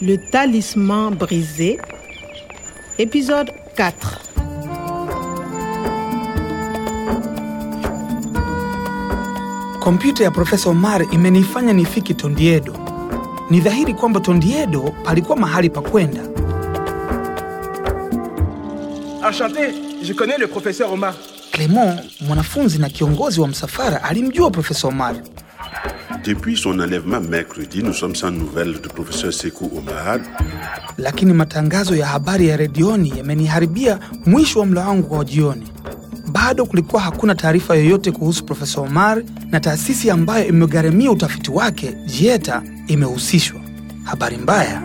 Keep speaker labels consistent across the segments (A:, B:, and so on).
A: Le talisman brisé, épisode 4.
B: Kompyuta ya Profesa Omar imenifanya nifiki Tondiedo. Ni dhahiri kwamba Tondiedo palikuwa mahali pa kwenda.
C: Enchanté, je connais le professeur Omar.
B: Clement, mwanafunzi na kiongozi wa msafara, alimjua Profesa Omar.
D: Depuis son enlèvement mercredi, nous sommes sans nouvelles du professeur Sekou Omar.
B: lakini matangazo ya habari ya redioni yameniharibia mwisho wa mlo wangu wa jioni. Bado kulikuwa hakuna taarifa yoyote kuhusu Profesa Omar na taasisi ambayo imegharamia utafiti wake Jieta imehusishwa. Habari mbaya.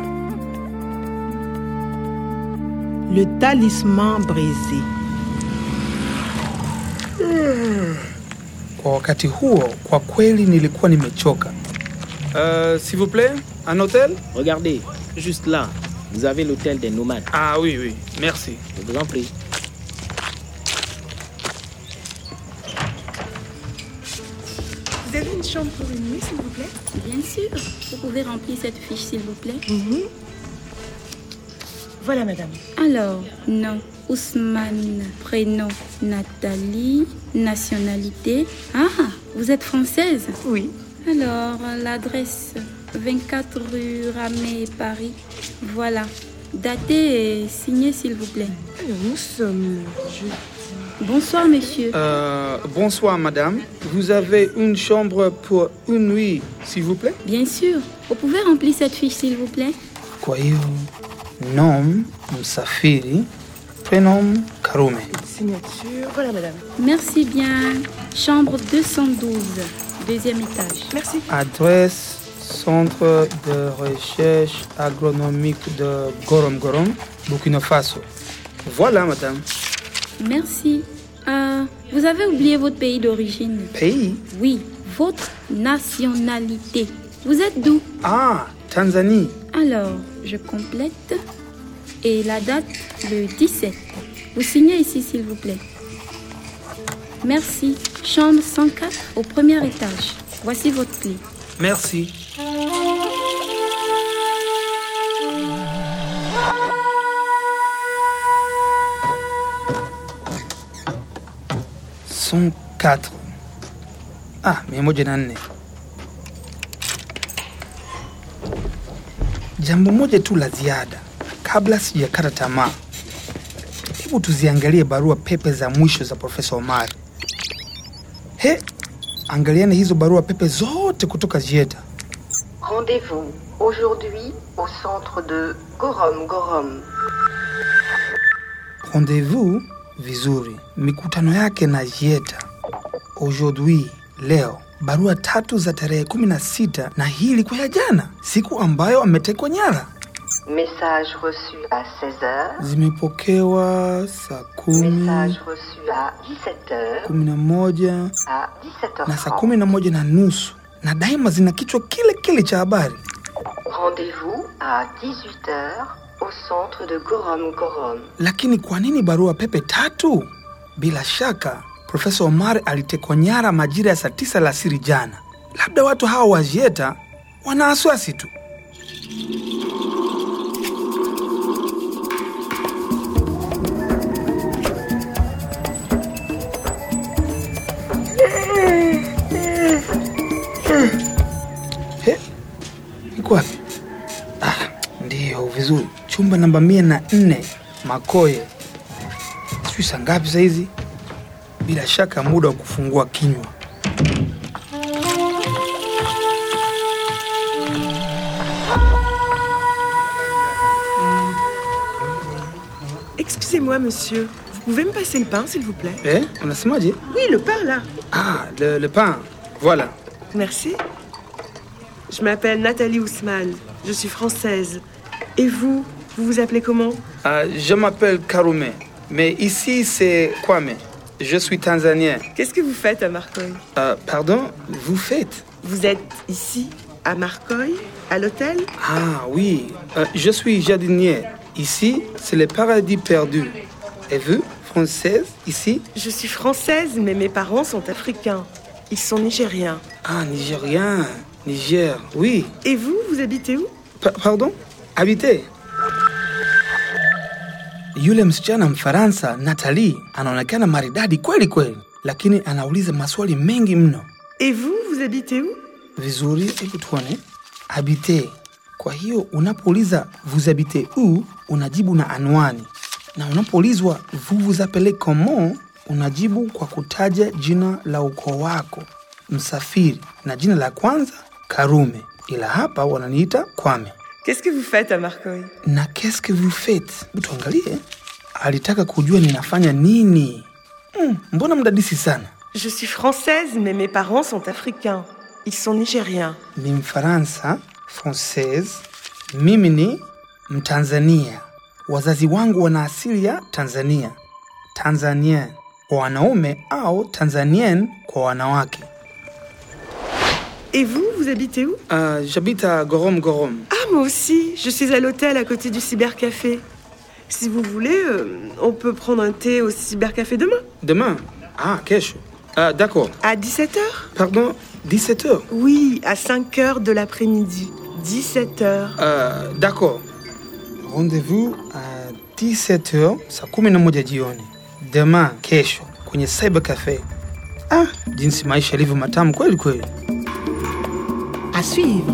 A: Le talisman brisé.
B: Kwa wakati huo, kwa kweli nilikuwa nimechoka.
E: Euh, S'il vous plaît, un hôtel
F: Regardez, juste là, vous avez l'hôtel des nomades.
E: Ah oui, oui, merci.
F: Je vous en prie.
G: Vous avez une chambre pour une nuit, s'il vous plaît
H: Bien sûr, vous pouvez remplir cette fiche s'il vous plaît.
G: Voilà, madame.
H: Alors, nom, Ousmane, prénom, Nathalie, nationalité. Ah, vous êtes française
G: Oui.
H: Alors, l'adresse 24 rue Ramée, Paris. Voilà. Datez et signez s'il vous plaît.
G: Alors, nous sommes le jeudi.
H: Bonsoir monsieur.
E: Euh, bonsoir, madame. Vous avez une chambre pour une nuit, s'il vous plaît
H: Bien sûr, vous pouvez remplir cette fiche s'il vous plaît.
B: Kwa hiyo, nom msafiri, prenom Karume.
G: Signature. Voilà, madame.
H: Merci bien. Chambre 212, deuxième étage.
G: Merci.
B: Adresse Centre de recherche agronomique de Gorom Gorom, Burkina Faso. Voilà, madame.
H: Merci. Euh, vous avez oublié votre pays d'origine.
B: Pays
H: Oui, votre nationalité. Vous êtes d'où
B: Ah, Tanzanie.
H: Alors, je complète. Et la date, le 17. Vous signez ici, s'il vous plaît. Merci. Chambre 104 au premier étage. Voici votre clé.
B: Merci. Son quatre. Ah, mia moja na nne. Jambo moja tu la ziada kabla sijakata tamaa. Hebu tuziangalie barua pepe za mwisho za Profesa Omar. He, angaliani hizo barua pepe zote kutoka Jieta.
I: Rendez-vous aujourd'hui au centre de Gorom Gorom.
B: rendezvous vizuri, mikutano yake na Jieta aujourd'hui, leo, barua tatu za tarehe 16 na hii ilikuwa ya jana, siku ambayo ametekwa nyara,
I: Message reçu à 16h.
B: zimepokewa saa kumi
I: Message reçu à 17h.
B: kumi na moja
I: À
B: na saa
I: 17h30.
B: kumi na moja na nusu na daima zina kichwa kile kile cha habari.
I: Rendez-vous à 18h au centre de Gorom Gorom.
B: Lakini kwa nini barua pepe tatu? Bila shaka Profesa Omar alitekwa nyara majira ya saa tisa la siri jana. Labda watu hawa wa Jieta wana wasiwasi tu. He, Iko wapi? Ah, ndiyo vizuri. Chumba namba mia na nne Makoye. Sijui saa ngapi saa hizi? Bila shaka muda wa kufungua kinywa.
G: Excusez-moi, monsieur. Vous pouvez me passer le pain, s'il vous plaît
B: Eh, unasemaje?
G: Oui, le pain, là.
B: Ah, le, le pain. Voilà.
G: Merci. Je m'appelle Nathalie Ousmane. Je suis française. Et vous Vous vous appelez comment
B: Ah, je m'appelle Karume, mais ici c'est Kwame. Je suis tanzanien.
G: Qu'est-ce que vous faites à Marcoy
B: Ah, pardon, vous faites
G: Vous êtes ici, à Marcoy, à l'hôtel
B: Ah oui, Euh, je suis jardinier. Ici, c'est le paradis perdu. Et vous, française, ici
G: Je suis française, mais mes parents sont africains. Ils sont nigériens.
B: Ah, nigérien, Niger, oui.
G: Et vous, vous habitez où
B: Pa- pardon
E: habité.
B: Yule msichana Mfaransa Nathalie anaonekana maridadi kweli kweli, lakini anauliza maswali mengi mno.
G: Et vous, vous habitez où
B: Vizuri, hebu tuone habite. Kwa hiyo unapouliza vous habitez où, unajibu na anwani, na unapoulizwa vous vous appelez comment, unajibu kwa kutaja jina la ukoo wako, Msafiri, na jina la kwanza Karume, ila hapa wananiita Kwame
G: Qu'est-ce que vous faites à Marcoy
B: na qu'est-ce que vous faites? Hebu tuangalie. Alitaka kujua ninafanya nini. Mm, mbona mdadisi sana?
G: Je suis française, mais mes parents sont africains. Ils sont nigériens.
B: Ni Mfaransa, française. Mimi ni Mtanzania. Wazazi wangu wana asili ya Tanzania, Tanzanien kwa wanaume au Tanzanien kwa wanawake.
G: Et vous, vous habitez où
E: Ah, J'habite à Gorom Gorom.
G: Ah, moi aussi. Je suis à l'hôtel à côté du cybercafé. Si vous voulez, euh, on peut prendre un thé au cybercafé demain,
E: Demain Ah, kesho. Ah, D'accord.
G: à 17h
E: Pardon, 17h
G: Oui, à 5h de l'après-midi. 17h.
E: Ah, D'accord.
B: Euh, Rendez-vous à 17h, saa 11 jioni, demain kesho, kwenye Cyber Cafe. Ah, jinsi maisha yalivyo matamu kweli kweli.
A: À suivre.